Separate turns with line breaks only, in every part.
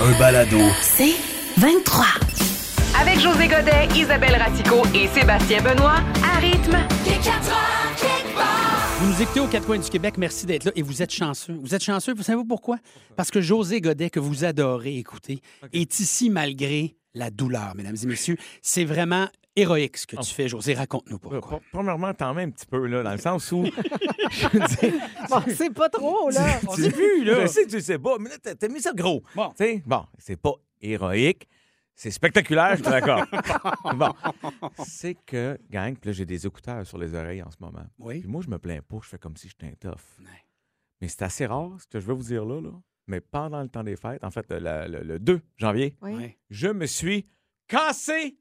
Un balado.
C'est 23.
Avec José Godet, Isabelle Ratico et Sébastien Benoît, à rythme.
Vous nous écoutez aux quatre coins du Québec, merci d'être là et vous êtes chanceux. Vous êtes chanceux, vous savez pourquoi? Parce que José Godet, que vous adorez écouter, est ici malgré la douleur, mesdames et messieurs. C'est vraiment héroïque ce que
Oh.
tu fais, José. Raconte-nous pourquoi.
Pr- Premièrement, t'en mets un petit peu, là, dans le sens où. je veux dire,
Bon, c'est pas trop, là.
tu- Je sais que tu le sais pas, mais là, t'as- t'as mis ça gros.
Bon.
Tu sais, bon, c'est pas héroïque. C'est spectaculaire, je suis d'accord. bon. C'est que, gang, puis là, j'ai des écouteurs sur les oreilles en ce moment.
Oui.
Puis moi, je me plains pas, je fais comme si j'étais un tough.
Ouais.
Mais c'est assez rare, ce que je veux vous dire là, là. Mais pendant le temps des fêtes, en fait, la- le, le 2 janvier,
Oui.
Ouais.
je me suis cassé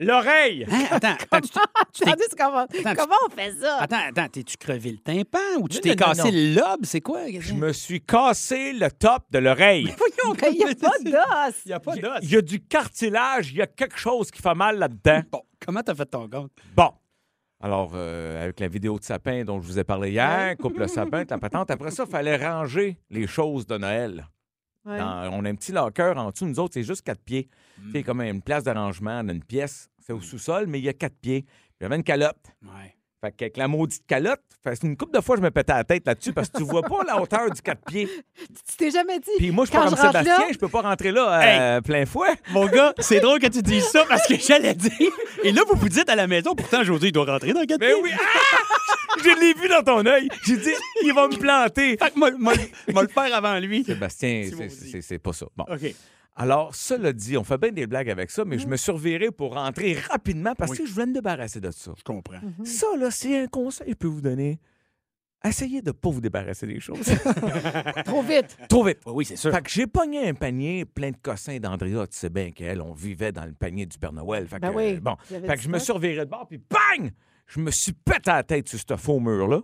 l'oreille.
Hein? Attends, attends, tu t'es- tu t'es-
Attendez, c'est comment,
Attends,
comment on fait ça?
attends, attends, t'es-tu crevé le tympan ou tu
Non,
t'es
non, non,
cassé
non.
le lobe? C'est quoi?
Je me suis cassé le top de l'oreille.
Il n'y a pas d'os.
Il n'y a pas d'os.
Il y a du cartilage, il y a quelque chose qui fait mal là-dedans.
Bon, comment t'as fait ton compte?
Bon. Alors, euh, avec la vidéo de sapin dont je vous ai parlé hier, coupe le sapin, avec la patente. Après ça, il fallait ranger les choses de Noël.
Ouais.
Dans- on a un petit locker en dessous. Nous autres, c'est juste quatre pieds. C'est comme une place d'arrangement, on a une pièce. C'est au sous-sol, mais il y a quatre pieds. J'avais une calotte.
Ouais.
Fait qu'avec la maudite calotte, fait une couple de fois, je me pétais la tête là-dessus parce que tu vois pas la hauteur du quatre pieds.
Tu t'es jamais dit.
Puis moi, je suis
Quand
pas comme
je rentre
Sébastien,
là-
je peux pas rentrer là euh, plein fouet.
Mon gars, c'est drôle que tu dises ça parce que j'allais dire. Et là, vous vous dites à la maison, pourtant, José, il doit rentrer dans le
Mais oui! Ah! Je l'ai vu dans ton œil. J'ai dit, il va me planter.
Fait que moi, moi- moi le faire avant lui.
Sébastien,
C'est
c'est-
maudit.
c'est c'est pas ça. Bon.
OK.
Alors, cela dit, on fait bien des blagues avec ça, mais
Mm.
je me surveillerai pour rentrer rapidement parce que je voulais me débarrasser de ça.
Je comprends.
Mm-hmm.
Ça, là, c'est un conseil que je peux vous donner. Essayez de pas vous débarrasser des choses.
Trop vite.
Trop vite.
Oui, oui, c'est sûr.
Fait que j'ai pogné un panier plein de cossins d'Andrea. Tu sais bien qu'elle, on vivait dans le panier du Père Noël. Fait que,
Ben oui,
euh, bon.
il y avait
Fait
du
que je me
stock.
surveillais de bord, puis bang! Je me suis pété à la tête sur ce faux mur-là.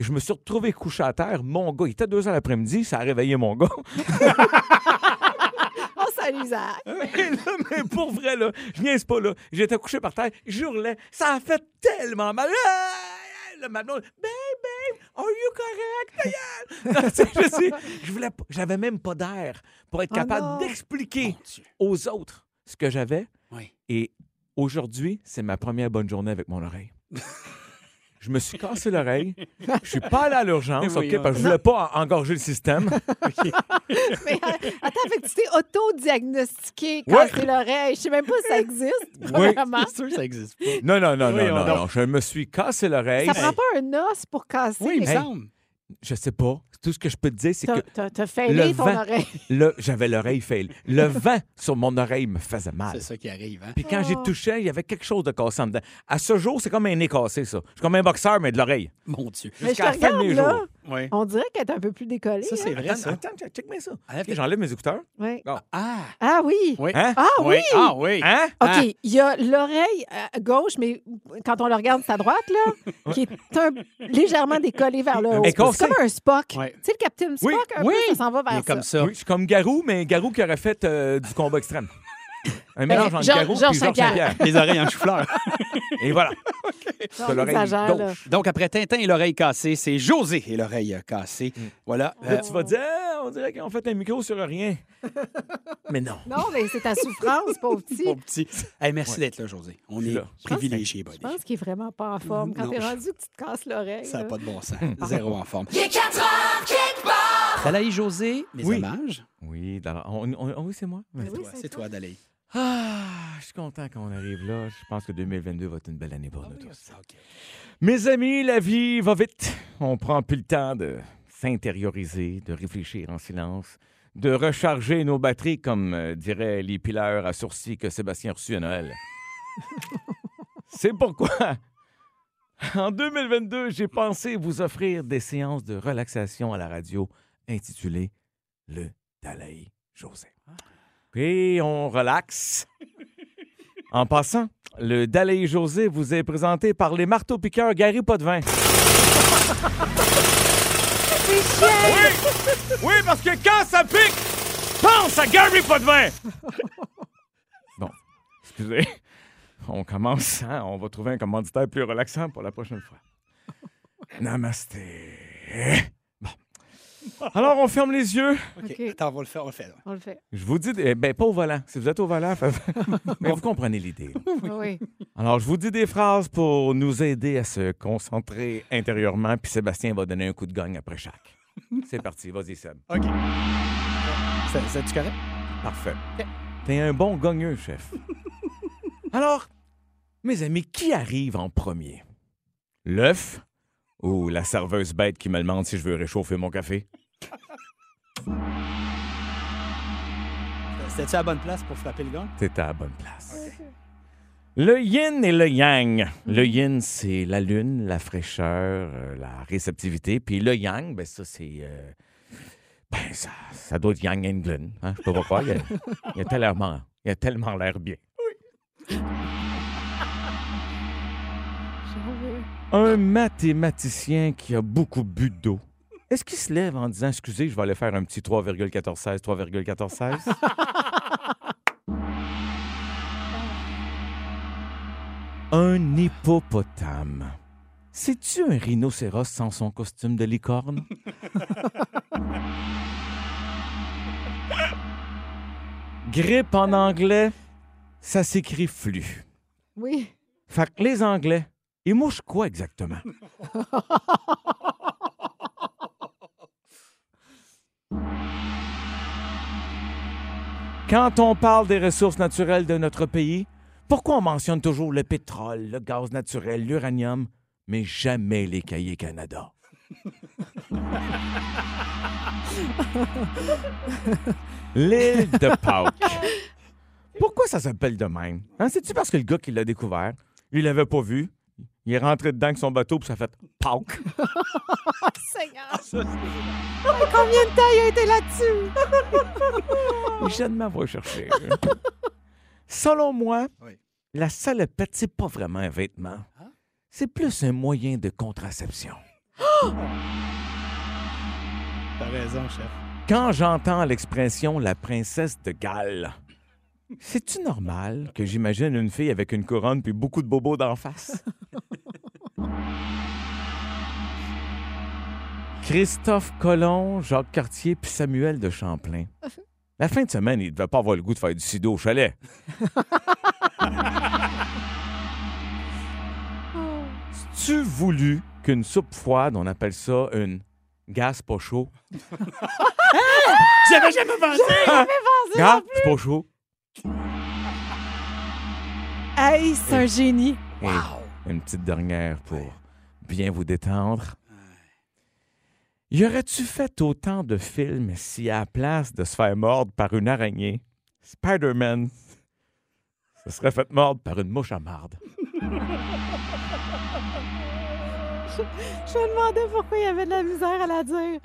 Et Je me suis retrouvé couché à terre. Mon gars, il était 2 heures l'après-midi, ça a réveillé mon gars.
On salue Zach.
Et là, mais pour vrai, là, je niaise pas, là. J'étais couché par terre, j'hurlais. Ça a fait tellement mal. Ah! Le mablon, babe, babe, are you correct? Ta gueule! Non, tu sais, je sais, je voulais pas- j'avais même pas d'air pour être
Oh
capable
non.
d'expliquer
Mon Dieu.
aux autres ce que j'avais.
Oui.
Et aujourd'hui, c'est ma première bonne journée avec mon oreille. Je me suis cassé l'oreille. Je suis pas allé à l'urgence,
Mais
OK,
voyons.
parce que je voulais pas en- engorger le système.
Mais euh, attends, fait que tu t'es auto-diagnostiqué
Ouais.
quand c'est l'oreille. Je sais même pas si ça existe. Vraiment.
C'est sûr que ça existe pas.
Non, non, non, non,
Voyons
non,
donc.
non. Je me suis cassé l'oreille.
Ça prend pas un os pour casser.
Oui, il me
Hey.
semble.
Je sais pas. Tout ce que je peux te dire, c'est
T'as-
que
T'as t'as
le
failé ton
vent-
oreille.
le- j'avais l'oreille fail. Le vent sur mon oreille me faisait mal.
C'est ça qui arrive, hein?
Puis quand j'y touchais, il y avait quelque chose de cassé en dedans. À ce jour, c'est comme un nez cassé, ça. Je suis comme un boxeur, mais de l'oreille.
Mon Dieu.
Mais je te
Jusqu'à la fin de
regarde,
mes
là.
jours.
Oui.
On dirait qu'elle est un peu plus décollée.
Ça, c'est
hein.
vrai, ça.
attends, check- check-moi ça.
Enlève
Ok, J'enlève mes écouteurs.
Ouais.
Ah!
Ah oui.
Oui.
Hein?
Ah oui.
Ah oui!
Hein?
Ah.
OK, il y a l'oreille à gauche, mais quand on le regarde, c'est à droite, là, qui est un- légèrement décollée vers le haut.
Mais
C'est
conseil-
comme un Spock.
Ouais.
Tu sais, le Captain Spock,
Oui.
un
Oui.
peu, ça s'en va
Il est
vers
comme
ça.
ça.
Oui, je suis comme Garou, mais Garou qui aurait fait euh, du combat extrême. Un mélange entre
Georges-
Garou et Georges
Georges
Saint-Pierre.
Les oreilles en chou-fleur.
Et voilà.
Non,
C'est
on
l'oreille
exagère, là.
gauche.
Donc, après Tintin et l'oreille cassée, c'est José et l'oreille euh, cassée. Voilà.
Là, tu vas dire, Ah, on dirait qu'on fait un micro sur rien. mais non.
Non, mais c'est ta souffrance, pauvre petit.
Mon petit. Hey, merci d'être là, José. On
suis
est
là.
privilégiés, buddy.
Je pense qu'il est vraiment pas en forme. Quand
Non,
t'es
je-
rendu que tu te casses l'oreille.
Ça n'a
là.
pas de bon sens. Zéro en forme. Dalaï José, mes
Oui.
hommages.
Oui, alors, on- on- oui c'est moi.
Mais Ben oui,
C'est toi, Dalaï.
Ah, je suis content qu'on arrive là. Je pense que 2022 va être une belle année
Ah
pour nous tous. Mes amis, la vie va vite. On prend plus le temps de s'intérioriser, de réfléchir en silence, de recharger nos batteries, comme euh, diraient les pileurs à sourcils que Sébastien a reçus à Noël. C'est pourquoi, en 2022, j'ai pensé vous offrir des séances de relaxation à la radio intitulées Le Dalaï José. Et on relaxe. En passant, le Dalai José vous est présenté par les marteaux-piqueurs Gary Potvin.
C'est
Oui! Oui, parce que quand ça pique, pense à Gary Potvin! Bon, excusez. On commence, hein? On va trouver un commanditaire plus relaxant pour la prochaine fois. Namasté. Bon. Alors, on ferme les yeux.
OK.
OK.
Attends, on va le faire, on le fait. là.
On le fait.
Je vous dis, eh ben pas au volant. Si vous êtes au volant, faites- mais vous comprenez l'idée. là.
Oui.
Alors, je vous dis des phrases pour nous aider à se concentrer intérieurement, puis Sébastien va donner un coup de gagne après chaque. C'est parti, vas-y Seb.
OK. Ça- ça- tu correct?
Parfait. T'es un bon gagneux, chef. Alors, mes amis, qui arrive en premier? L'œuf ou la serveuse bête qui me demande si je veux réchauffer mon café?
C'était-tu à la bonne place pour frapper le gong?
T'es à la bonne place. Le yin et le yang. Le yin, c'est la lune, la fraîcheur, euh, la réceptivité. Puis le yang, ben ça, c'est... euh, ben, ça, ça doit être yang England. Hein? Je peux pas croire. Il y a, il y a tellement, il y a tellement l'air bien. Un mathématicien qui a beaucoup bu d'eau, est-ce qu'il se lève en disant, excusez, je vais aller faire un petit 3,1416, 3,1416? Un hippopotame. C'est-tu un rhinocéros sans son costume de licorne? Grippe en anglais, ça s'écrit flux.
Oui.
Fait que les Anglais, ils mouchent quoi exactement? Quand on parle des ressources naturelles de notre pays, pourquoi on mentionne toujours le pétrole, le gaz naturel, l'uranium, mais jamais les cahiers Canada? L'île de Pâques. Pourquoi ça s'appelle de même? Hein, C'est-tu parce que le gars qui l'a découvert, il l'avait pas vu, il est rentré dedans avec son bateau, puis ça a fait Pauk.
Seigneur. Ah, Combien de temps il a été là-dessus?
Jamais va chercher. Selon moi,
Oui.
la salopette, c'est pas vraiment un vêtement. C'est plus un moyen de contraception.
T'as raison, chef.
Quand j'entends l'expression la princesse de Galles, c'est-tu normal que j'imagine une fille avec une couronne puis beaucoup de bobos d'en face? Christophe Colomb, Jacques Cartier puis Samuel de Champlain. La fin de semaine, il devait pas avoir le goût de faire du sido au chalet. tu voulu qu'une soupe froide, on appelle ça une gas pas chaud,
J'avais jamais pensé!
Gars, c'est pas chaud.
Hey, c'est un génie.
Et une petite dernière pour bien vous détendre. Y aurais-tu fait autant de films si à la place de se faire mordre par une araignée, Spider-Man se serait fait mordre par une mouche à marde?
Je me demandais pourquoi il y avait de la misère à la dire.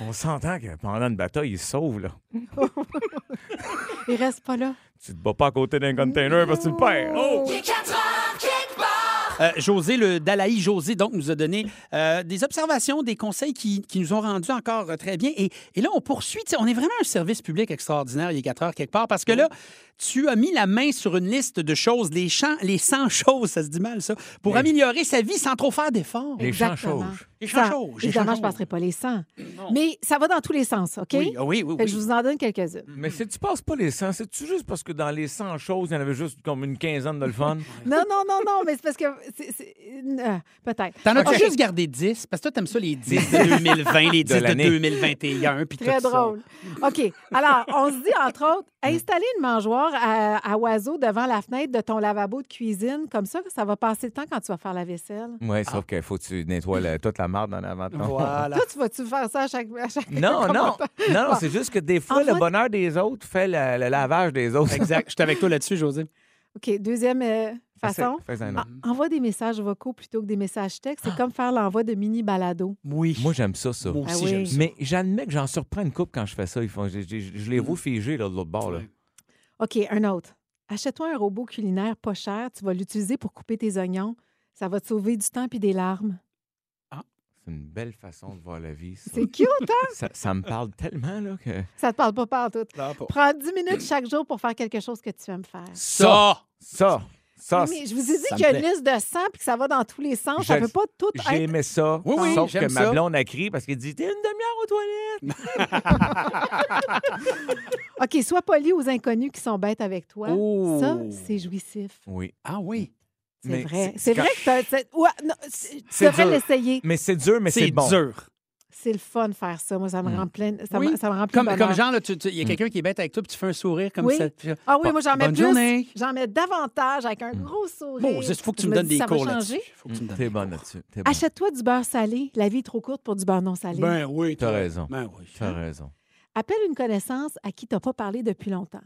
On s'entend que pendant une bataille, il se sauve, là.
Il reste pas là.
Tu te bats pas à côté d'un container parce que tu le perds.
Euh, José, le Dalaï José, donc, nous a donné euh, des observations, des conseils qui, qui nous ont rendus encore euh, très bien. Et, et là, on poursuit. Tu sais, On est vraiment un service public extraordinaire, il est 4 heures quelque part, parce que là, tu as mis la main sur une liste de choses, les, champs, les 100 choses, ça se dit mal, ça, pour améliorer sa vie sans trop faire d'efforts.
Les champs
Exactement.
chauges.
Les
Ça,
100 choses. les 100
évidemment, je
choses.
ne passerai pas les 100. Mais ça va dans tous les sens, OK?
Oui, ah oui, oui.
Fait que
oui.
Je vous en donne quelques-unes.
Mais si tu passes pas les 100, c'est-tu juste parce que dans les 100 choses, il y en avait juste comme une quinzaine de le fun?
Non, non, non, non, mais c'est parce que. c'est- c'est- euh, Peut-être.
T'en as
OK.
juste gardé 10, parce que toi, t'aimes ça les 10 de 2020, les 10 de,
l'année.
2021, puis
Très
tout ça.
drôle. OK. Alors, on se dit, entre autres, installer une mangeoire à, à oiseaux devant la fenêtre de ton lavabo de cuisine. Comme ça, ça va passer le temps quand tu vas faire la vaisselle.
Oui, sauf qu'il faut que tu nettoies la- toute la marde en avant de ton-
Voilà.
Toi, tu vas-tu faire ça à chaque. à chaque-
Non, non, non, non, c'est juste que des fois,
En
le
fait-
bonheur des autres fait le, le lavage des autres.
Exact. Je suis avec toi là-dessus, José.
OK, deuxième euh, façon. Ah.
Fais- fais un
En-
autre.
envoie des messages vocaux plutôt que des messages textes. C'est comme faire l'envoi de mini balado.
Oui.
Moi, j'aime ça, ça.
Moi
Ah
aussi,
oui.
j'aime ça.
Mais j'admets que j'en surprends une coupe quand je fais ça. Ils font, je, je- je- je les vois figés là, de l'autre bord. Là.
Ouais.
OK, un autre. Achète-toi un robot culinaire pas cher. Tu vas l'utiliser pour couper tes oignons. Ça va te sauver du temps puis des larmes.
C'est une belle façon de voir la vie. Ça,
C'est cute, hein?
ça, ça me parle tellement là, que
Ça te parle pas par tout.
Non, pas.
Prends 10 minutes chaque jour pour faire quelque chose que tu aimes faire.
Ça!
ça, ça.
Oui, mais je vous ai dit
ça me
qu'il y a une
plaît.
liste de 100 puis que ça va dans tous les sens. Ça
Je-
peut pas tout
J'ai
être.
aimé ça.
Oui, oui,
sauf que
j'aime
ma
ça.
blonde a crié parce qu'elle dit T'es une demi-heure aux toilettes.
OK, sois poli aux inconnus qui sont bêtes avec toi.
Oh.
Ça, c'est jouissif.
Oui.
Ah oui.
C'est
Mais
vrai. C'est
quand-
vrai que t'as- c'est- ouais, non, c'est- tu
C'est
devrais
dur.
l'essayer.
Mais c'est dur, mais c'est
C'est
bon.
dur.
C'est le fun de faire ça. Moi, ça me
Mm.
rend plein. Ça,
Oui.
me, ça me rend plein
Comme,
de
comme
bonheur.
genre, là, tu- tu- il y a quelqu'un qui est bête avec toi, puis tu fais un sourire comme
Oui.
ça.
Ah oui, moi, j'en mets
Bonne
plus.
journée.
J'en mets davantage avec un gros sourire.
Bon, il faut que tu
Je
me donnes
dis,
des
ça va
cours
changer.
là-dessus. Faut que tu me donnes
T'es
des
bonne
cours.
là-dessus. T'es bonne.
Achète-toi du beurre salé. La vie est trop courte pour du beurre non salé.
Ben oui.
T'as raison.
Ben oui.
T'as raison.
Appelle une connaissance à qui t'as pas parlé depuis longtemps.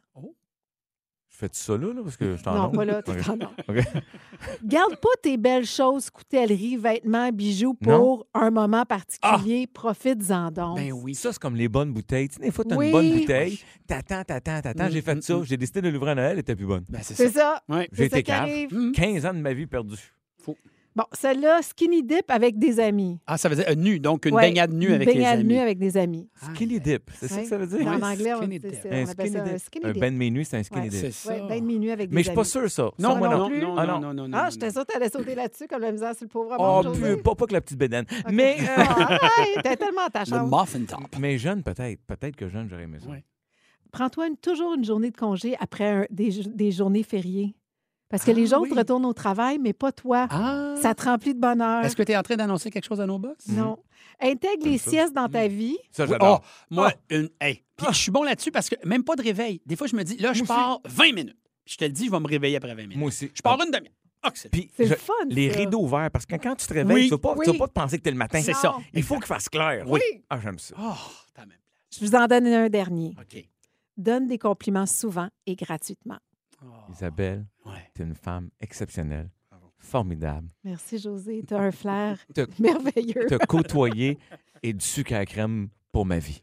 Fais-tu ça là, là, parce que je t'en
Non,
demande?
pas là, t'es
Ok.
en ordre.
Ok.
Garde pas tes belles choses, coutelleries, vêtements, bijoux
Non. Ah!
pour un moment particulier. Profite-en donc.
Ben oui.
Ça, c'est comme les bonnes bouteilles. Tu sais, des fois, t'as
Oui.
une bonne bouteille, t'attends, t'attends, t'attends.
Mm,
J'ai
mm,
fait ça,
mm.
j'ai décidé de l'ouvrir à Noël et t'es plus bonne.
Ben, c'est ça.
C'est ça.
Ouais.
J'ai
C'est ça
été
qui
cave.
arrive.
Mm.
15 ans de ma vie perdue.
Bon, celle-là, skinny dip avec des amis.
Ah, ça veut dire euh, nu, donc une
Ouais,
baignade nue
une
avec les
baignade
amis.
nue avec des amis.
Ah,
Skinny dip, c'est ça
ben, Ouais.
que ça veut dire?
En
Oui,
anglais, on,
skinny
c'est-
dip.
c'est-
Un
on appelle
skinny
ça un
dip.
skinny
Un
dip.
bain de minuit, c'est un skinny
Ouais,
dip.
C'est ça.
Ouais, bain de minuit avec
Mais je
des
suis
amis.
pas sûr, ça.
Non,
Ça, moi,
non
non,
plus.
non,
Ah,
non,
non.
non, non,
Ah,
non,
j'étais sûre que t'allais sauter là-dessus comme la misère sur le pauvre
Oh,
José.
plus- pas, pas que la petite bédane. Mais, euh,
Ah, hey, T'es tellement
Le
attachante.
muffin top.
mais jeune, peut-être. Peut-être que jeune, j'aurais aimé ça.
Ouais.
Prends-toi une- toujours une journée de congé après un- des, jo- des journées fériées. Parce que les
Ah,
autres
oui.
retournent au travail, mais pas toi.
Ah!
Ça te remplit de bonheur.
Est-ce que tu es en train d'annoncer quelque chose à nos boss?
Non. Intègre les
ça.
siestes dans ta vie.
Ça,
Oui,
j'adore.
oh,
ah,
moi, une. Hey. Puis je suis bon là-dessus parce que même pas de réveil. Des fois, je me dis, là, je pars 20 minutes. Puis je te le dis, je vais me réveiller après 20 minutes.
Moi aussi.
Je pars une demi-heure. Ah, que c'est-
Puis,
C'est le
je-
fun,
les
ça.
rideaux ouverts, parce que quand tu te réveilles,
Oui,
tu ne vas,
oui.
pas te penser que t'es le matin.
C'est ça.
Il faut qu'il fasse clair.
Oui.
Ah, j'aime ça.
Oh, t'as même.
Je vous en donne un dernier.
OK.
Donne des compliments souvent et gratuitement.
Oh,
Ah.
Isabelle,
ouais.
t'es une femme exceptionnelle, formidable.
Merci, José. Tu as un flair
T'as-
merveilleux.
Te côtoyer et du sucre à la crème pour ma vie.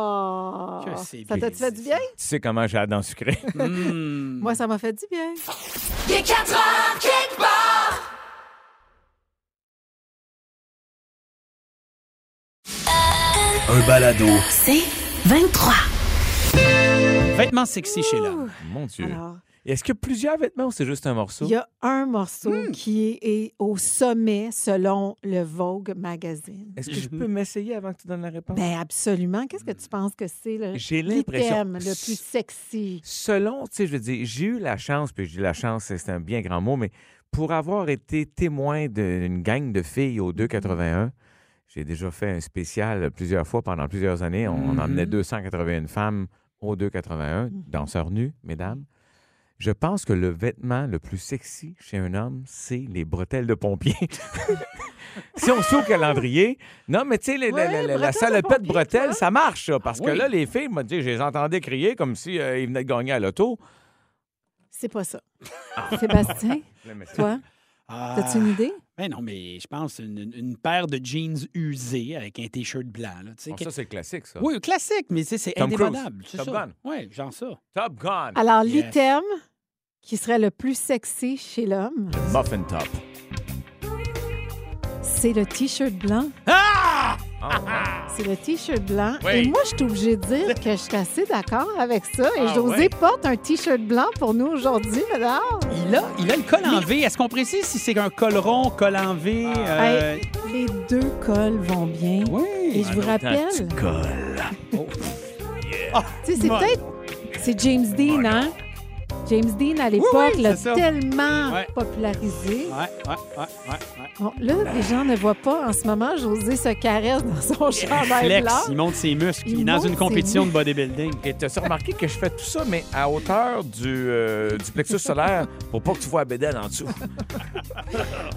Oh!
Que c'est
Ça t'a-tu fait du bien?
Tu sais comment j'ai la dent sucrée.
Hmm.
Moi, ça m'a fait du bien.
Un balado.
C'est 23.
Vêtements sexy chez l'homme.
Mon Dieu.
Alors,
Est-ce que plusieurs vêtements ou c'est juste un morceau?
il y a un morceau qui est, est au sommet selon le Vogue magazine.
Est-ce que je peux m'essayer avant que tu donnes la réponse?
Ben absolument. Qu'est-ce que tu
Hmm.
penses que c'est le
J'ai l'impression-
l'item le plus sexy?
Selon, tu sais, je veux dire, j'ai eu la chance, puis je dis la chance, c'est c'est un bien grand mot, mais pour avoir été témoin d'une gang de filles
Mm-hmm.
au 281, j'ai déjà fait un spécial plusieurs fois pendant plusieurs années. On, on
Mm-hmm.
emmenait 281 femmes au 281, danseurs nus, mesdames. Je pense que le vêtement le plus sexy chez un homme, c'est les bretelles de pompier. si on s'ouvre au calendrier, non, mais tu sais, les- la-
Ouais,
la, la- la
bretelles de
salopette
pompier,
bretelles,
toi.
ça marche, ça, parce que
oui.
là, les filles, moi, tu sais, je les entendais crier comme si euh, ils venaient de gagner à l'auto.
C'est pas ça. Sébastien, toi,
Ah.
as-tu une idée?
Ben non, mais je pense une, une- une paire de jeans usés avec un T-shirt blanc. Là, tu sais,
Bon,
que-
Ah, ça, c'est classique, ça.
Oui, classique, mais c'est, c'est
Tom Cruise.
indémodable. c'est
Top
ça.
Gun.
Oui, genre ça.
Top Gun.
Alors,
Yes.
l'item qui serait le plus sexy chez l'homme,
Muffin Top.
c'est le T-shirt blanc.
Ah,
C'est le T-shirt blanc.
Oui.
Et moi, je suis obligée de dire que je suis assez d'accord avec ça. Et
Ah,
José
ouais.
porte un T-shirt blanc pour nous aujourd'hui, madame.
Il a, il a le col en V. Est-ce qu'on précise si c'est un col rond, col en V?
Ah.
euh,
Hey, les deux cols vont bien. Et
Oui.
je vous
ouais.
rappelle,
Attends,
tu
tu colles.
sais, c'est
Oh, Mon-
peut-être... C'est James Dean, hein? James Dean, à l'époque,
oui,
l'a
c'est ça.
tellement
Ouais.
popularisé.
Ouais, ouais, ouais, ouais, ouais.
Bon, là, les gens ne voient pas en ce moment José se caresse dans son chandail
Flex,
blanc.
il monte ses muscles.
Il
Il est dans
monte
une
ses
compétition de bodybuilding.
Et t'as remarqué que je fais tout ça, mais à hauteur du, euh, du plexus solaire pour pas que tu vois la bédelle en dessous.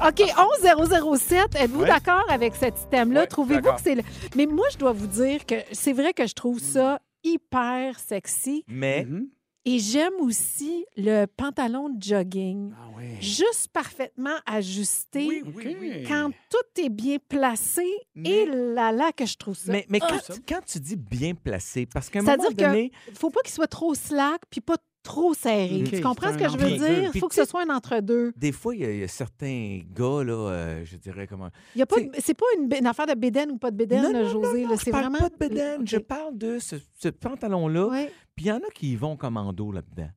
OK, 11007, êtes-vous
Ouais.
d'accord avec cet item-là?
Ouais,
Trouvez-vous
d'accord.
que c'est le... Mais moi, je dois vous dire que c'est vrai que je trouve ça hyper sexy,
Mais
Mhm.
Et j'aime aussi le pantalon de jogging.
Ah oui.
Juste parfaitement ajusté.
Oui, oui, oui.
Quand tout est bien placé, et là là que je trouve ça.
Mais, mais
hot.
quand, quand tu dis bien placé, parce qu'à un moment
C'est-à-dire que-
donné,
faut pas qu'il soit trop slack puis pas trop serré.
Ok,
Tu comprends
c'est
ce que
un
je veux
entre-deux.
dire?
Puis
faut que
tu-
ce soit un entre-deux.
des fois, il y, a- il y a certains gars, là, euh, je dirais comment.
Il Y a pas
Tu
de- C'est pas une, bé- une affaire de bédaine ou pas de bédaine,
Non, non,
là, José. là,
Ah, Je
C'est
parle
vraiment.
pas de bedaine, je
Ok.
parle de ce, ce pantalon-là.
Ouais,
Puis il y en a qui y vont commando là-dedans.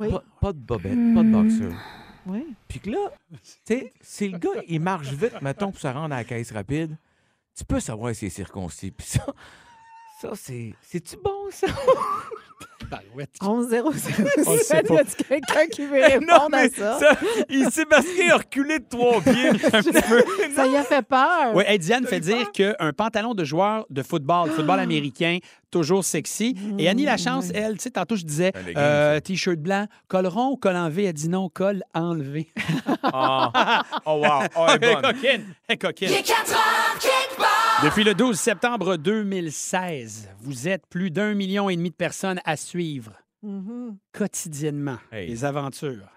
Oui. Hmm.
Pas, pas de bobette, pas de boxer.
ouais.
Puis que là, tu sais, si le gars, il marche vite, mettons, pour se rendre à la caisse rapide, tu peux savoir s'il est circoncis. Puis ça, ça c'est. C'est-tu bon, ça?
11 0
le sait pas.
quelqu'un qui veut répondre à ça. ça.
il s'est masqué a reculé de trois pieds. Un peu.
y a fait peur.
Oui, hey, Diane fait dire qu'un pantalon de joueur de football, de football américain, toujours sexy. Et Annie Lachance, elle, tu sais, tantôt, je disais
Un legging,
euh, T-shirt blanc, col rond ou col enlevé? Elle dit non, col enlevé.
Ah. Oh, wow. Oh, elle est
Elle est
bonne.
coquine. Elle est coquine. Depuis le 12 septembre 2016, vous êtes plus d'un million et demi de personnes à suivre
Mhm.
quotidiennement
Hey.
les aventures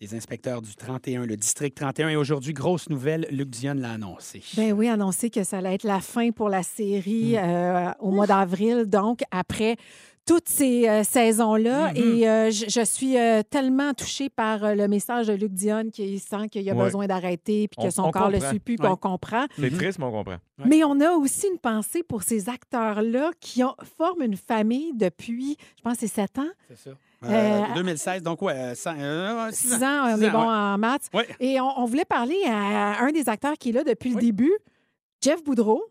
des inspecteurs du 31, le district 31. Et aujourd'hui, grosse nouvelle, Luc Dionne l'a annoncé.
Ben oui, annoncé que ça allait être la fin pour la série
Mm.
euh, au mois d'avril, donc après toutes ces euh, saisons-là.
Mm-hmm.
Et euh, je, je suis euh, tellement touchée par euh, le message de Luc Dionne qui sent qu'il a
Ouais.
besoin d'arrêter, puis que
On-
son
on
corps le
comprend.
suit plus, puis
Ouais.
on comprend.
C'est triste, mais on comprend.
Ouais.
Mais on a aussi une pensée pour ces acteurs-là qui ont, forment une famille depuis, je pense, c'est sept ans.
C'est ça.
Euh,
2016, donc ouais, euh, cent- euh,
Six
six ans.
ans, on
Six
est
ans,
bon
ouais.
en maths.
Ouais.
Et on, on voulait parler à un des acteurs qui est là depuis le
Oui.
début, Jeff Boudreau.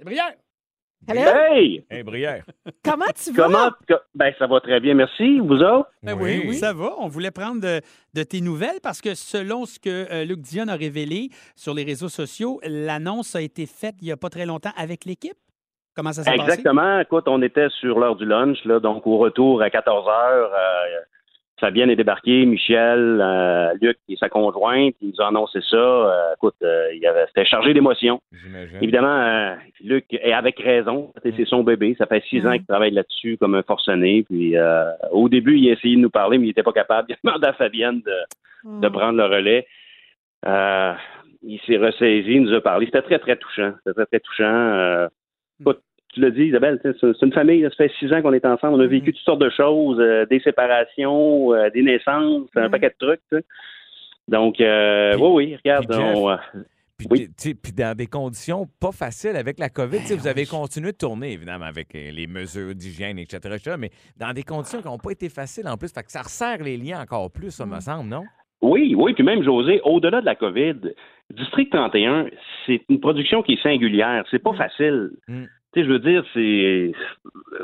C'est brillant.
Hello?
Hey!
Hey, Brière.
Comment tu vas?
Comment? que- Ben, ça va très bien, merci. Vous autres?
Ben oui, ça va. On voulait prendre de, de tes nouvelles parce que selon ce que euh, Luc Dion a révélé sur les réseaux sociaux, l'annonce a été faite il n'y a pas très longtemps avec l'équipe. Comment ça s'est passé?
Exactement. Écoute, on était sur l'heure du lunch, là, donc au retour à 14 heures, euh, Fabienne est débarquée, Michel, euh, Luc et sa conjointe, ils nous ont annoncé ça. Euh, écoute, euh, il y avait- c'était chargé d'émotions.
J'imagine.
Évidemment, euh, Luc est avec raison. C'est c'est son bébé. Ça fait six
Ouais.
ans qu'il travaille là-dessus comme un forcené. Puis euh, au début, il a essayé de nous parler, mais il n'était pas capable. Il a demandé à Fabienne de, de
Hmm.
Hmm.
prendre le relais. Euh, il s'est ressaisi, il nous a parlé. C'était très, très touchant. C'était très, très touchant. Euh, écoute, tu l'as dit, Isabelle, tu sais, c'est c'est une famille. là, Ça fait six ans qu'on est ensemble.
Hmm.
On a vécu toutes sortes de choses, euh, des séparations, euh, des naissances, un
Mhm.
paquet de trucs. tu sais. Donc, euh,
Hmm. Puis-
oui, oui, regarde.
puis Jeff-
on, euh,
Puis,
Oui.
tu sais, puis dans des conditions pas faciles avec la COVID, tu sais, vous avez continué de tourner, évidemment, avec euh, les mesures d'hygiène, etc., etc., mais dans des conditions qui n'ont pas été faciles en plus. Fait que ça resserre les liens encore plus, ça me semble, non?
Oui, oui, puis même José, au-delà de la COVID, District 31, c'est une production qui est singulière. C'est pas facile.
Mm.
Tu sais, je veux dire, c'est.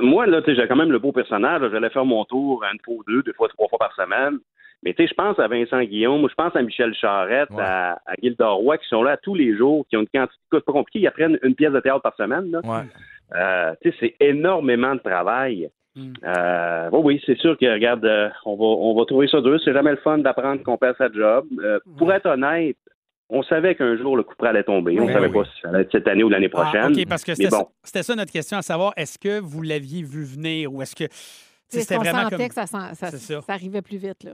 Moi, là, tu sais, j'ai quand même le beau personnage. là, J'allais faire mon tour à une fois ou deux, deux fois, trois fois par semaine. Mais tu sais, je pense à Vincent Guillaume, je pense à Michel Charette,
Ouais.
à, à Gilda Roy, qui sont là tous les jours, qui ont une quantité. C'est pas compliqué, ils apprennent une pièce de théâtre par semaine. Là.
Ouais.
Euh, tu sais, c'est énormément de travail.
Mm.
Euh, oui, oui, c'est sûr que, regarde, euh, on, va, on va trouver ça dur. C'est jamais le fun d'apprendre qu'on perd sa job. Euh, Pour être honnête, on savait qu'un jour le coup près allait tomber. On
Oui,
savait
oui,
pas
oui.
si ça allait être cette année ou l'année prochaine.
Ah, OK, parce que
Mais
c'était
bon.
ça- c'était ça notre question, à savoir, est-ce que vous l'aviez vu venir ou est-ce que tu sais,
C'était
c'était
qu'on
vraiment
sentait
comme...
que ça, sent- ça-
C'est ça.
ça arrivait plus vite. Là.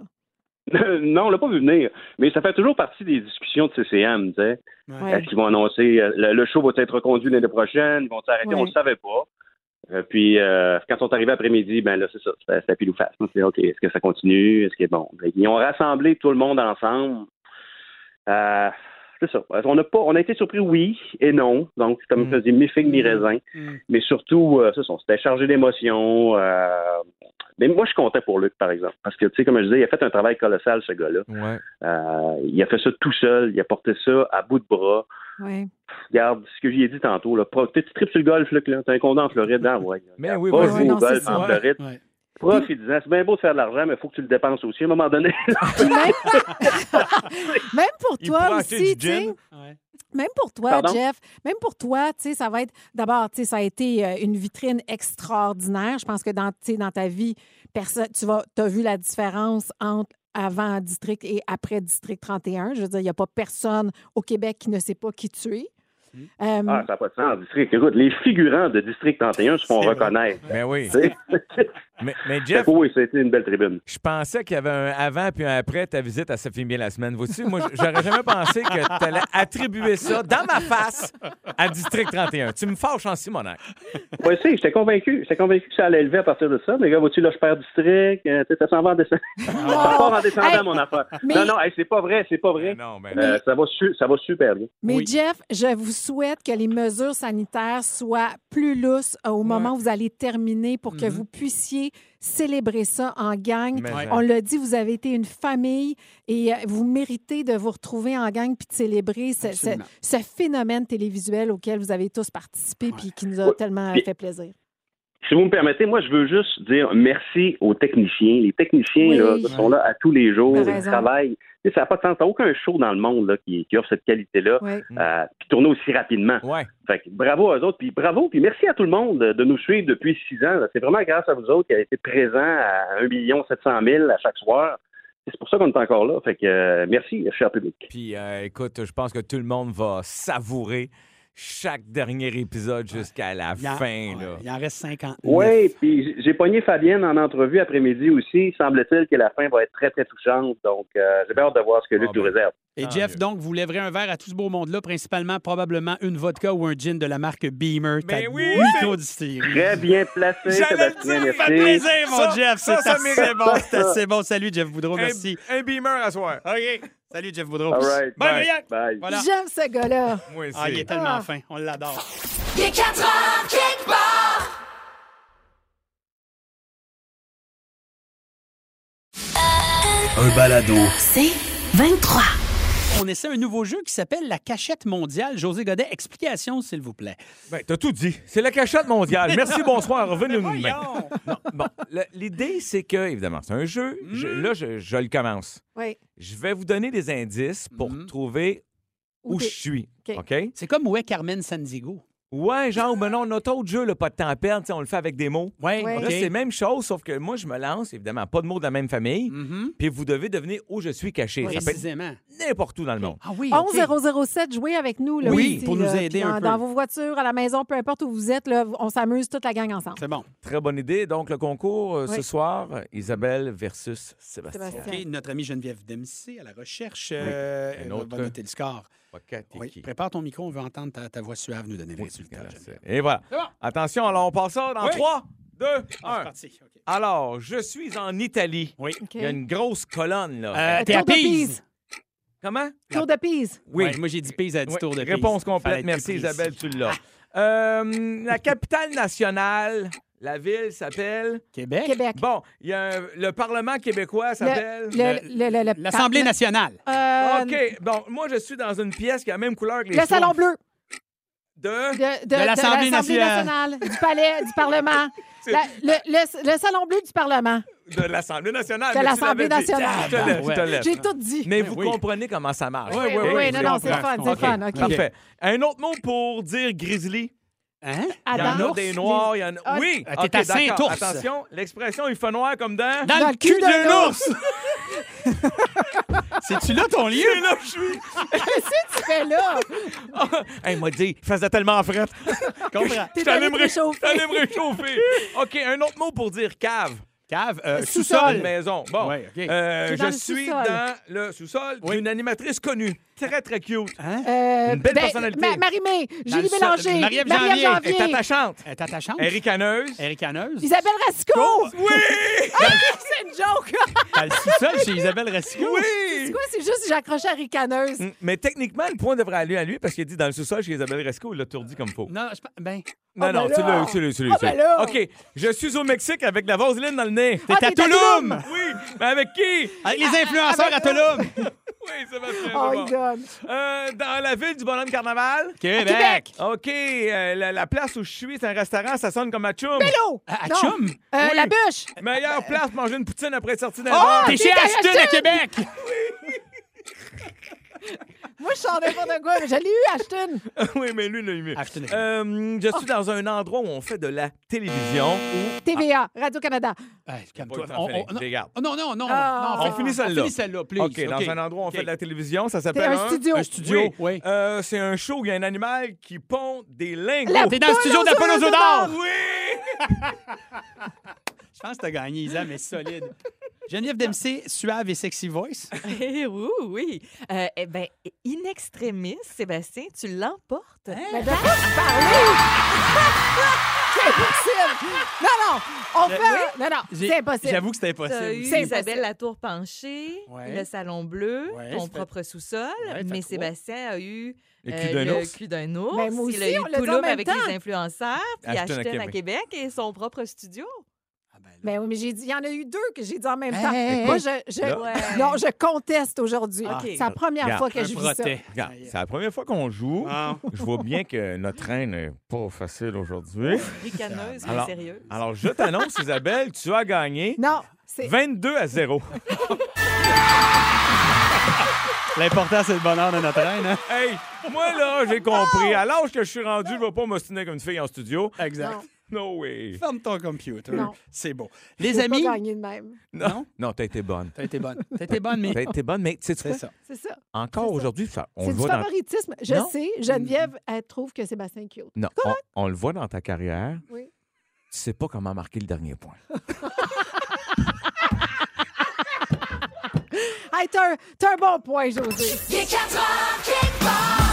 non, on l'a pas vu venir. Mais ça fait toujours partie des discussions de CCM, tu sais.
Ouais.
Est-ce qu'ils vont annoncer euh, le, le show va être reconduit l'année prochaine, ils vont s'arrêter,
Ouais.
on ne le savait pas. Euh, puis euh, quand on est arrivé après-midi, ben là, c'est ça, c'était c'était pile ou face. On s'est dit, OK, est-ce que ça continue? Est-ce que bon? Ben, Ils ont rassemblé tout le monde ensemble. Euh, c'est ça. On a pas on a été surpris, oui et non. Donc, c'est comme
Mm.
ça faisait mi figue, mi raisin.
Mm.
Mais surtout, euh, c'est ça, on s'était chargé d'émotions. euh, mais moi, je comptais pour Luc, par exemple. Parce que, tu sais, comme je disais, il a fait un travail colossal, ce gars-là.
Ouais.
Euh, il a fait ça tout seul. Il a porté ça à bout de bras.
Ouais.
Regarde, ce que j'y ai dit tantôt, là, pro- tu tripes sur le golf, Luc, là, t'as un condom en Floride, hein, ouais.
Mais oui,
Vas-y
vas-y.
non,
au golf
c'est
en
ça.
Floride,
Ouais.
profite-en. C'est bien beau de faire de l'argent, mais il faut que tu le dépenses aussi à un moment donné.
Puis même... même pour
Il
toi
pourrait acheter du
aussi, tu sais,
gin.
Ouais.
même pour toi,
Pardon?
Jeff, même pour toi, tu sais, ça va être d'abord, tu sais, ça a été euh, une vitrine extraordinaire. Je pense que dans, tu sais, dans ta vie, perso- tu vas, as vu la différence entre avant district et après district 31. Je veux dire, il n'y a pas personne au Québec qui ne sait pas qui tu es. Euh,
Ah, ça n'a pas de sens, district. Écoute, les figurants de District 31 se font
C'est vrai.
reconnaître.
Ben oui.
Tu sais?
Mais, mais Jeff,
oui, c'était une belle tribune.
je pensais qu'il y avait un avant puis un après ta visite à Sophie Bien la semaine. Vois-tu, moi, j'aurais jamais pensé que tu allais attribuer ça dans ma face à District 31. Tu me fâches en Simonac.
Oui, si, j'étais convaincu. J'étais convaincu que ça allait lever à partir de ça. Mais gars, vois-tu, là, je perds district. Euh, tu sais, ça s'en va en descendant. Ah, ça part en
Oh!
descendant,
Hey,
mon affaire.
mais-
Non, non, hey, c'est pas vrai, c'est pas vrai.
Ben non, ben
Euh, ça, va su- ça va super bien.
Mais
Oui.
Jeff, je vous souhaite que les mesures sanitaires soient plus lousses euh, au moment où vous allez terminer pour que
Mhm.
vous puissiez célébrer ça en gang.
Mais-
Ouais.
On l'a dit, vous avez été une famille et euh, vous méritez de vous retrouver en gang puis de célébrer ce, ce-
Absolument.
ce phénomène télévisuel auquel vous avez tous participé puis qui nous a
Ouais.
tellement
Puis-
fait plaisir.
Si vous me permettez, moi, je veux juste dire merci aux techniciens. Les techniciens
Oui.
là, sont là à tous les jours.
T'as
Ils
raison.
travaillent. Tu sais, ça n'a pas de sens. T'as aucun show dans le monde là, qui, qui offre cette qualité-là.
Oui.
euh, puis tourner aussi rapidement.
Ouais.
Fait que bravo à eux autres, puis bravo, puis merci à tout le monde de nous suivre depuis six ans. là. C'est vraiment grâce à vous autres qui avez été présents à 1 700 000 à chaque soir. C'est pour ça qu'on est encore là. Fait que euh, merci, cher public.
Puis euh, écoute, je pense que tout le monde va savourer chaque dernier épisode jusqu'à la
Il en,
fin.
ouais,
là.
il en reste 50.
Oui, puis j- j'ai pogné Fabienne en entrevue après-midi aussi. Semble-t-il que la fin va être très, très touchante. Donc, euh, j'ai bien hâte de voir ce que Luc
Ah,
nous
ben.
réserve.
Et
Tant
Jeff,
mieux.
donc, vous lèverez un verre à tout ce beau monde-là, principalement, probablement une vodka ou un gin de la marque Beamer.
Mais
ta
oui!
microdistillerie.
Très bien placé,
J'allais le
Sébastien.
dire,
Ça fait
merci.
plaisir, mon
Ça,
Jeff.
ça,
C'est
ça
assez
mérite.
bon. C'est assez bon. Salut, Jeff Boudreau.
Un-
Oh, Merci.
Un, beamer à soir.
OK. Salut, Jeff Boudreau.
All right.
Bye,
Bye.
Briac.
Bye.
Voilà.
J'aime ce gars-là.
Moi aussi.
Ah, il est tellement fin. On l'adore.
Il est 4 heures quelque part.
Un balado.
C'est 23.
On essaie un nouveau jeu qui s'appelle La cachette mondiale. José Godet, explication, s'il vous plaît.
Ben, t'as tout dit. C'est la cachette mondiale. Merci, bonsoir. Revenez nous demain.
Voyons.
Non, bon, le- l'idée, c'est que, évidemment, c'est un jeu. Je-
Hmm.
là, je, je le commence.
Oui.
Je vais vous donner des indices pour
Mhm.
trouver où
Où t'es-
je suis.
OK.
OK?
C'est comme où est Carmen Sandiego.
Ouais, genre, ben non, notre autre jeu, le pas de temps à perdre, t'sais, on le fait avec des mots.
Oui,
Ouais.
OK.
Là, c'est la même chose, sauf que moi, je me lance, évidemment, pas de mots de la même famille,
Mhm.
puis vous devez deviner où je suis caché. Ça peut être
Précisément.
n'importe où dans le monde.
Ah oui. OK.
11007, jouez avec nous. Là,
Oui,
aussi,
pour nous
là,
aider
puis
un
dans,
peu.
Dans vos voitures, à la maison, peu importe où vous êtes, là, on s'amuse toute la gang ensemble.
C'est bon.
Très bonne idée. Donc, le concours euh, ce
Oui.
soir, euh, Isabelle versus Sébastien.
Sébastien.
OK, notre amie Geneviève Dempsey à la recherche euh,
un
euh,
autre.
va noter le score.
Pocket et
Oui,
qui.
Prépare ton micro, on veut entendre ta, ta voix suave nous donner le résultat.
Voilà,
Geneviève.
c'est- Et voilà. Attention, alors on passe ça dans
Oui.
3, 2,
Ah, c'est
1.
parti. OK.
Alors, je suis en Italie.
Oui.
OK.
Il y a une grosse colonne, là.
Euh, T'es à
Tour de
Pise.
Pise.
Comment?
Tour de Pise.
Oui.
Ouais, moi, j'ai dit Pise à du
Oui,
tour de Pise.
Réponse complète.
Fallait être
Merci,
plus précis.
Isabelle, tu l'as. Euh, la capitale nationale, la ville s'appelle.
Québec.
Québec.
Bon, il y a un- le Parlement québécois s'appelle.
Le- le- le- le- le-
L'Assemblée
le-
nationale.
Euh,
OK, bon, moi, je suis dans une pièce qui a la même couleur que les
Le Salon
soirs
Bleu
De...
de, de- de
l'Assemblée
l'Assemblée
nationale.
nationale. du Palais, du Parlement. La- le, le- le Salon Bleu du Parlement.
de l'Assemblée nationale.
De
mais tu
l'Assemblée
l'avais dit.
nationale.
Je te laisse, je te
Ouais.
laisse.
J'ai tout dit.
Mais
Oui,
vous
oui.
comprenez comment ça marche.
Oui, oui,
OK?
oui, oui,
Je
non, non,
comprends.
c'est le fun, c'est le
OK,
fun, OK.
Parfait. Un autre mot pour dire grizzly.
Hein?
Il y
Adam.
en a des noirs, il y en a...
Ah,
Oui!
Ah, t'es
OK,
à
d'accord.
Saint-Ours.
Attention, l'expression « il fait noir comme dans...
Dans, le cul d'un ours! C'est-tu là ton
Et
lieu?
là, je suis...
Qu'est-ce que Ah, tu fais là?
hey, m'a dit, il faisait tellement fret.
Comprends.
Je
T'es
t'allais
allé
me
te
ré-
réchauffer.
t'allais me réchauffer. OK, un autre mot pour dire cave.
Cave, euh,
Une
sous-sol.
maison. Bon.
Ouais, OK.
Euh,
T'es dans
je
le
suis
sous-sol.
dans le sous-sol d'une animatrice connue. Très, très cute.
Hein?
Euh,
Une belle personnalité.
Ma- Marie-Mé,
Dans le
Julie
sol-
Bélanger,
Marie-Ève
Marie-Ève
Janvier.
Elle est
Janvier,
attachante.
Elle est attachante?
Elle est ricaneuse.
Éricaneuse.
Isabelle Rasco.
Oui!
C'est une joke.
Dans le sous-sol chez Isabelle Racicot.
Oui!
Quoi, c'est juste que j'accroche à ricaneuse.
Mm, Mais techniquement, le point devrait aller à lui parce qu'il dit dans le sous-sol chez Isabelle Resco, il l'a tourdi comme faux.
Non, je pas. Ben,
Non,
Ah,
non,
ben
tu
là!
l'as, tu l'as, tu l'as.
Ah,
tu l'as.
ben là!
OK, je suis au Mexique avec la vaseline dans le nez.
Ah,
t'es à
t'es à
Tulum!
Tulum!
Oui, mais avec qui?
Avec Ah, les influenceurs à Tulum!
Oui, Sébastien.
Oh
c'est bon.
my God.
Euh, dans la ville du bonhomme carnaval.
Québec!
OK, euh, la, la place où je suis, c'est un restaurant, ça sonne comme à Chum.
Hello.
À- à
Non.
Chum?
Euh,
Oui.
La bûche.
Meilleure place pour manger une
Ah!
Ah,
poutine après être sorti d'un
Oh,
bar.
t'es chez
t'es à
Ashton à
Ashton!
Québec!
Moi, je sors n'importe quoi, mais je l'ai eu, Ashton.
oui, mais lui, il mieux.
Ashton.
Euh, je suis dans un endroit où on fait de la télévision.
TVA, Radio-Canada.
Hey,
Pas
calme-toi.
le temps,
Ah, On-
Félix,
on- non,
regarde.
non, non, non,
Ah.
non,
On finit celle-là.
On finit celle-là, please.
OK, dans un endroit où on
OK.
fait de la télévision, ça s'appelle
un studio.
Un studio, oui.
Euh, c'est un show où il y a un animal qui pond des lingots. Ah
La-
T'es dans le studio d'Apollosaure!
Oui!
Je pense que t'as gagné, Isa, mais solide. Geneviève Dempsey, suave et sexy voice.
Eh, ouh, oui. Euh, eh bien, in extremis, Sébastien, tu l'emportes.
Hein?
Ben,
Mais de quoi tu parles? Ben C'est impossible. Non, non, on
Je-
fait... un- Non, non,
J'ai-
c'est impossible.
J'avoue que c'était
T'as
impossible.
eu
C'est impossible.
Isabelle la tour penchée,
Ouais.
le salon bleu,
Ouais, ça
ton
fait-
propre sous-sol,
Ouais, fait
mais
trois.
Sébastien a eu
Le
euh,
cul d'un ours.
cul d'un ours,
Mais Ben, moi
il
aussi,
a
on
eu
l'a dit en
Toulouse
même
avec
temps.
les influenceurs, puis
Ashton à
Ashton, à Québec et son propre studio.
Ah ben là.
Ben oui, mais j'ai dit, il y en a eu deux que j'ai dit en même
Hey,
temps.
hey,
Moi,
hey.
je, je-
Là.
Ouais.
non, je conteste aujourd'hui.
Ah,
C'est la première
Regarde,
fois que
Un
je vis ça.
protet.
Regarde, c'est la première fois qu'on joue. Je vois bien que notre train n'est pas facile aujourd'hui.
Ricaneuse, mais
Alors-
sérieux.
Alors, je t'annonce, Isabelle, tu as gagné
Non, c'est
22 à 0.
L'important, c'est le bonheur de notre reine. Hein?
hey, moi, là, j'ai compris. À l'âge que je suis rendu, je ne vais pas m'ostiner comme une fille en studio.
Exact.
No way.
Ferme ton computer.
Non.
C'est beau. Les
j'ai pas
amis,
gagné de même.
non?
Non, t'as été bonne.
T'as été bonne. T'as été bonne, mais
T'as été bonne, mais tu sais
c'est
quoi?
ça.
C'est ça.
Encore aujourd'hui, ça- on
C'est
le
du
voit dans...
favoritisme. Je
Non.
sais, Geneviève, elle trouve que Sébastien est cute.
Non, on, on le voit dans ta carrière.
Oui.
Tu sais pas comment marquer le dernier point.
Hey, t'as un, t'as un bon point, José.
Il est 4 heures quelque part.